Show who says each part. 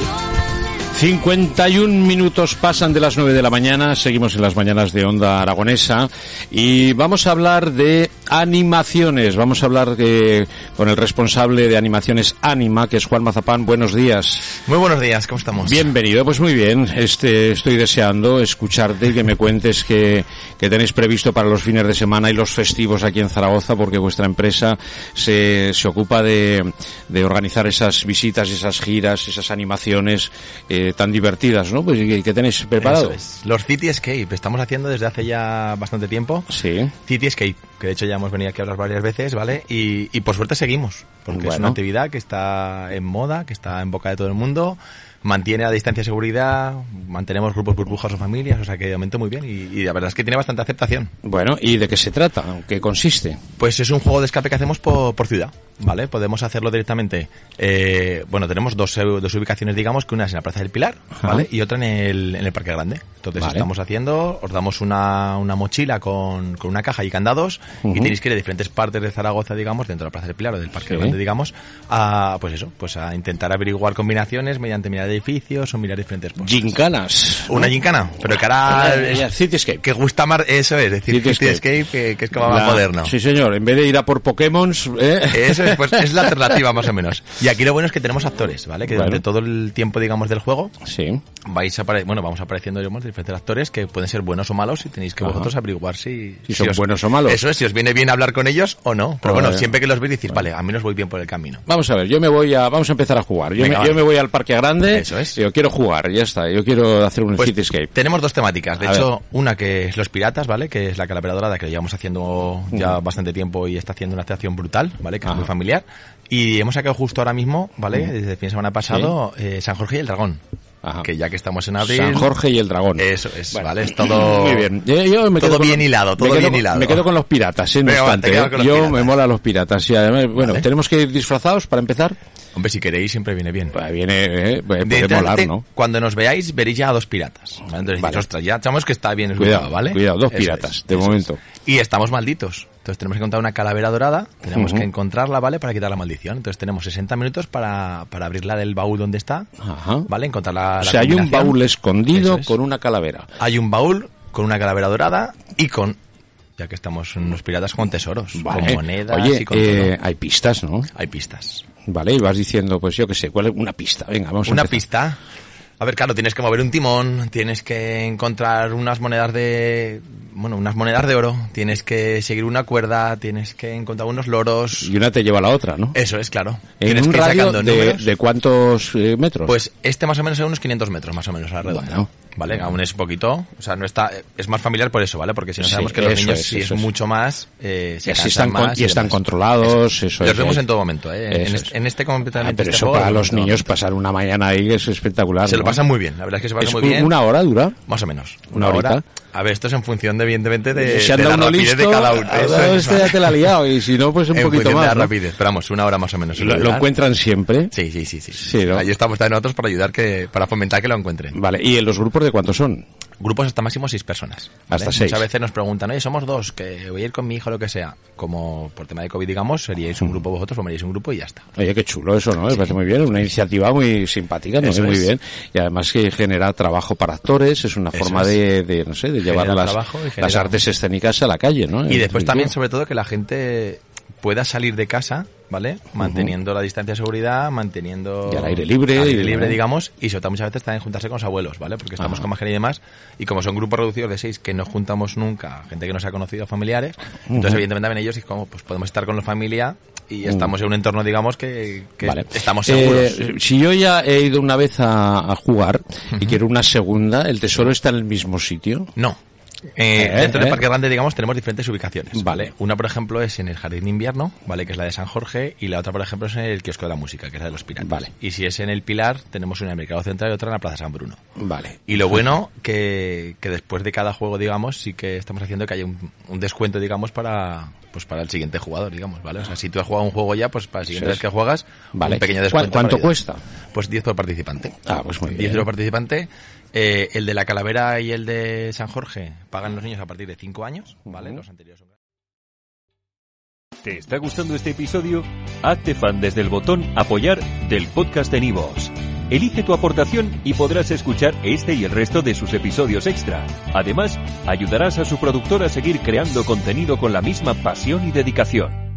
Speaker 1: You're
Speaker 2: 51 minutos pasan de las 9 de la mañana, seguimos en las mañanas de Onda Aragonesa y vamos a hablar de animaciones, vamos a hablar eh, con el responsable de animaciones Anima, que es Juan Mazapán, buenos días.
Speaker 3: Muy buenos días, ¿cómo estamos?
Speaker 2: Bienvenido, pues muy bien, este, estoy deseando escucharte y que me cuentes que, que tenéis previsto para los fines de semana y los festivos aquí en Zaragoza, porque vuestra empresa se, se ocupa de, de organizar esas visitas, esas giras, esas animaciones eh, tan divertidas, ¿no? Pues que, que tenéis preparado.
Speaker 3: Eso es. Los City Escape, estamos haciendo desde hace ya bastante tiempo.
Speaker 2: Sí.
Speaker 3: City Escape, que de hecho ya hemos venido aquí a hablar varias veces, ¿vale? Y, y por suerte seguimos, porque es
Speaker 2: Bueno.
Speaker 3: una actividad que está en moda, que está en boca de todo el mundo, mantiene la distancia de seguridad, mantenemos grupos burbujas o familias, o sea que de momento muy bien y, y la verdad es que tiene bastante aceptación.
Speaker 2: Bueno, ¿y de qué se trata? ¿Qué consiste?
Speaker 3: Pues es un juego de escape que hacemos por, por ciudad, ¿vale? Podemos hacerlo directamente. eh, bueno, tenemos dos, eh, dos ubicaciones, digamos, que una es en la Plaza del Pilar,
Speaker 2: Ajá.
Speaker 3: ¿vale? Y otra en el, en el Parque Grande. Entonces
Speaker 2: Vale.
Speaker 3: estamos haciendo, os damos una, una mochila con, con una caja y candados
Speaker 2: Ujú.
Speaker 3: y tenéis que ir a diferentes partes de Zaragoza, digamos, dentro de la Plaza del Pilar o del Parque
Speaker 2: Sí.
Speaker 3: Grande, digamos, a, pues eso, pues a intentar averiguar combinaciones mediante mirar edificios o mirar diferentes cosas.
Speaker 2: Gincanas. Ah,
Speaker 3: Una gincana, pero que ahora... Ah, es-
Speaker 2: Cityscape.
Speaker 3: que gusta más, eso es, decir,
Speaker 2: City
Speaker 3: City
Speaker 2: Escape.
Speaker 3: Escape, que, que es como más
Speaker 2: La-
Speaker 3: moderno.
Speaker 2: Sí, señor. En vez de ir a por Pokémon, ¿eh?
Speaker 3: Eso es, pues, es la alternativa más o menos. Y aquí lo bueno es que tenemos actores, ¿vale? Que
Speaker 2: Bueno.
Speaker 3: durante todo el tiempo, digamos, del juego
Speaker 2: Sí.
Speaker 3: vais apare- bueno, vamos apareciendo digamos, diferentes actores que pueden ser buenos o malos y tenéis que
Speaker 2: Ajá.
Speaker 3: vosotros averiguar si,
Speaker 2: Si son buenos o malos.
Speaker 3: Eso es, si os viene bien hablar con ellos o no. Pero
Speaker 2: Vale.
Speaker 3: bueno, siempre que los veis decís, vale, a mí nos voy bien por el camino.
Speaker 2: Vamos a ver, yo me voy a, vamos a empezar a jugar. Yo, me,
Speaker 3: Venga, vale.
Speaker 2: yo me voy al Parque Grande.
Speaker 3: Eso es.
Speaker 2: Yo quiero jugar, ya está. Yo quiero hacer un
Speaker 3: Pues
Speaker 2: Cityscape.
Speaker 3: tenemos dos temáticas. De
Speaker 2: A
Speaker 3: hecho, una que es los piratas, ¿vale? Que es la calavera dorada que lo llevamos haciendo ya bastante tiempo y está haciendo una atracción brutal, ¿vale? Que
Speaker 2: Mm. Ajá. Mm.
Speaker 3: es muy familiar. Y hemos sacado justo ahora mismo, ¿vale? Desde el fin de semana pasado, eh, San Jorge y el Dragón.
Speaker 2: Ajá.
Speaker 3: Que ya que estamos en abril...
Speaker 2: San Jorge y el Dragón.
Speaker 3: Eso es, ¿vale? Es todo...
Speaker 2: Muy bien. Yo- yo me
Speaker 3: todo
Speaker 2: quedo con-
Speaker 3: bien hilado, todo
Speaker 2: me quedo
Speaker 3: bien
Speaker 2: con-
Speaker 3: hilado.
Speaker 2: Me quedo con los piratas, eh, no
Speaker 3: Venga, va,
Speaker 2: obstante,
Speaker 3: te quedas
Speaker 2: eh.
Speaker 3: con los
Speaker 2: Yo me
Speaker 3: piratas.
Speaker 2: mola los piratas. Y además, bueno,
Speaker 3: Vale.
Speaker 2: tenemos que ir disfrazados para empezar.
Speaker 3: Hombre, si queréis siempre viene bien.
Speaker 2: Pues viene, eh, puede
Speaker 3: De
Speaker 2: molar,
Speaker 3: repente,
Speaker 2: ¿no?
Speaker 3: Cuando nos veáis, veréis ya a dos piratas. ¿vale? Entonces decís,
Speaker 2: Vale.
Speaker 3: ostras, ya sabemos que está bien esbozado,
Speaker 2: Cuidado,
Speaker 3: ¿vale?
Speaker 2: cuidado, dos
Speaker 3: Eso
Speaker 2: piratas,
Speaker 3: es,
Speaker 2: de
Speaker 3: eso es.
Speaker 2: momento.
Speaker 3: Y estamos malditos. Entonces tenemos que encontrar una calavera dorada, tenemos
Speaker 2: Ujú.
Speaker 3: que encontrarla, ¿vale? Para quitar la maldición. Entonces tenemos 60 minutos para, para abrirla del baúl donde está,
Speaker 2: Ajá.
Speaker 3: ¿vale? Encontrar la,
Speaker 2: O
Speaker 3: la
Speaker 2: sea, hay un
Speaker 3: combinación.
Speaker 2: baúl escondido
Speaker 3: Eso es.
Speaker 2: con una calavera.
Speaker 3: Hay un baúl con una calavera dorada y con... Ya que estamos unos piratas con tesoros,
Speaker 2: Vale.
Speaker 3: con monedas
Speaker 2: Oye,
Speaker 3: y con
Speaker 2: eh,
Speaker 3: todo.
Speaker 2: hay pistas, ¿no?
Speaker 3: Hay pistas.
Speaker 2: Vale, y vas diciendo, pues yo qué sé, ¿cuál es una pista? Venga, vamos a
Speaker 3: Una
Speaker 2: empezar.
Speaker 3: pista. A ver, claro, tienes que mover un timón, tienes que encontrar unas monedas de, bueno, unas monedas de oro, tienes que seguir una cuerda, tienes que encontrar unos loros.
Speaker 2: Y una te lleva a la otra, ¿no?
Speaker 3: Eso es, claro.
Speaker 2: En
Speaker 3: tienes
Speaker 2: un
Speaker 3: que ir
Speaker 2: radio
Speaker 3: sacando
Speaker 2: de,
Speaker 3: números.
Speaker 2: de cuántos eh, metros?
Speaker 3: Pues este más o menos es unos 500 metros, más o menos, a la redonda.
Speaker 2: Bueno.
Speaker 3: Vale, aún es poquito, o sea, no está, es más familiar por eso, ¿vale? Porque si no
Speaker 2: Sí,
Speaker 3: sabemos que los
Speaker 2: eso
Speaker 3: niños,
Speaker 2: es,
Speaker 3: si es
Speaker 2: eso es.
Speaker 3: mucho más, eh, se
Speaker 2: Y así
Speaker 3: cansan
Speaker 2: están con-
Speaker 3: más
Speaker 2: y están
Speaker 3: demás.
Speaker 2: controlados, eso
Speaker 3: Los
Speaker 2: es,
Speaker 3: vemos
Speaker 2: eh.
Speaker 3: en todo momento, ¿eh?
Speaker 2: Eso
Speaker 3: En,
Speaker 2: es.
Speaker 3: este, en este
Speaker 2: Ah,
Speaker 3: completamente.
Speaker 2: pero
Speaker 3: este
Speaker 2: eso
Speaker 3: juego,
Speaker 2: para
Speaker 3: lo
Speaker 2: los
Speaker 3: vemos en todo
Speaker 2: niños pasar una mañana ahí es espectacular.
Speaker 3: Se lo
Speaker 2: ¿no?
Speaker 3: pasan muy bien, la verdad es que se pasan
Speaker 2: Es
Speaker 3: muy
Speaker 2: un-
Speaker 3: bien.
Speaker 2: una hora dura.
Speaker 3: Más o menos.
Speaker 2: Una horita.
Speaker 3: A ver, esto es en función, de, evidentemente, de,
Speaker 2: si
Speaker 3: de
Speaker 2: anda
Speaker 3: la
Speaker 2: uno
Speaker 3: rapidez
Speaker 2: listo,
Speaker 3: de cada uno.
Speaker 2: a
Speaker 3: Eso es,
Speaker 2: este ya te la ha liado y si no, pues un
Speaker 3: en
Speaker 2: poquito
Speaker 3: función de
Speaker 2: más.
Speaker 3: la
Speaker 2: ¿no?
Speaker 3: rapidez. Pero vamos, una hora más o menos.
Speaker 2: Lo, lo
Speaker 3: ¿verdad?
Speaker 2: encuentran siempre.
Speaker 3: Sí, sí, sí. sí.
Speaker 2: Sí, ¿no?
Speaker 3: Ahí estamos también nosotros para ayudar, que para fomentar que lo encuentren.
Speaker 2: Vale, ¿y en los grupos de cuántos son?
Speaker 3: Grupos hasta máximo seis personas.
Speaker 2: Hasta seis.
Speaker 3: Muchas veces nos preguntan, oye, somos dos, que voy a ir con mi hijo, lo que sea. Como por tema de COVID, digamos, seríais
Speaker 2: Mm.
Speaker 3: un grupo vosotros, formaríais un grupo y ya está.
Speaker 2: Oye, qué chulo eso, ¿no? Me parece muy bien, una iniciativa muy simpática, no sé,
Speaker 3: Eso
Speaker 2: muy
Speaker 3: es.
Speaker 2: bien. Y además que genera trabajo para actores, es una
Speaker 3: Eso
Speaker 2: forma
Speaker 3: es.
Speaker 2: de, de, no sé, de llevar
Speaker 3: Genera
Speaker 2: las,
Speaker 3: trabajo y
Speaker 2: las
Speaker 3: genera-
Speaker 2: artes escénicas a la calle, ¿no?
Speaker 3: Y
Speaker 2: En
Speaker 3: después también,
Speaker 2: definitiva.
Speaker 3: sobre todo, que la gente pueda salir de casa, ¿vale? Manteniendo la distancia de seguridad, manteniendo...
Speaker 2: Y al aire libre,
Speaker 3: al
Speaker 2: y-
Speaker 3: aire libre, digamos. Y sobre todo, muchas veces también juntarse con los abuelos, ¿vale? Porque estamos
Speaker 2: Ajá.
Speaker 3: con más gente y demás. Y como son grupos reducidos de seis que no juntamos nunca, gente que nos ha conocido, familiares, entonces, evidentemente, también ellos, y como, pues podemos estar con la familia y estamos en un entorno, digamos, que, que
Speaker 2: Vale.
Speaker 3: estamos seguros.
Speaker 2: Eh, si yo ya he ido una vez a, a jugar y quiero una segunda, ¿el tesoro está en el mismo sitio?
Speaker 3: No. Eh,
Speaker 2: Eh,
Speaker 3: dentro
Speaker 2: eh.
Speaker 3: del Parque Grande, digamos, tenemos diferentes ubicaciones.
Speaker 2: Vale.
Speaker 3: Una, por ejemplo, es en el Jardín de Invierno, ¿vale? Que es la de San Jorge. Y la otra, por ejemplo, es en el Kiosco de la Música, que es la de los Piratas.
Speaker 2: Vale.
Speaker 3: Y si es en el Pilar, tenemos una en el Mercado Central y otra en la Plaza San Bruno.
Speaker 2: Vale.
Speaker 3: Y lo bueno, que, que después de cada juego, digamos, sí que estamos haciendo que haya un, un descuento, digamos, para pues para el siguiente jugador, digamos, ¿vale? O sea, si tú has jugado un juego ya, pues para la siguiente
Speaker 2: Sí,
Speaker 3: vez
Speaker 2: sí.
Speaker 3: que juegas,
Speaker 2: Vale.
Speaker 3: un pequeño
Speaker 2: ¿Cuán-
Speaker 3: descuento.
Speaker 2: cuánto
Speaker 3: para ello.
Speaker 2: cuesta?
Speaker 3: Pues 10 por participante.
Speaker 2: Ah, pues muy
Speaker 3: 10
Speaker 2: bien.
Speaker 3: euros participante. Eh, el de la Calavera y el de San Jorge pagan los niños a partir de 5 años, ¿vale?
Speaker 1: Ujú.
Speaker 3: Los anteriores son
Speaker 1: ¿Te está gustando este episodio? Hazte fan desde el botón Apoyar del podcast de Nivos. Elige tu aportación y podrás escuchar este y el resto de sus episodios extra. Además, ayudarás a su productor a seguir creando contenido con la misma pasión y dedicación.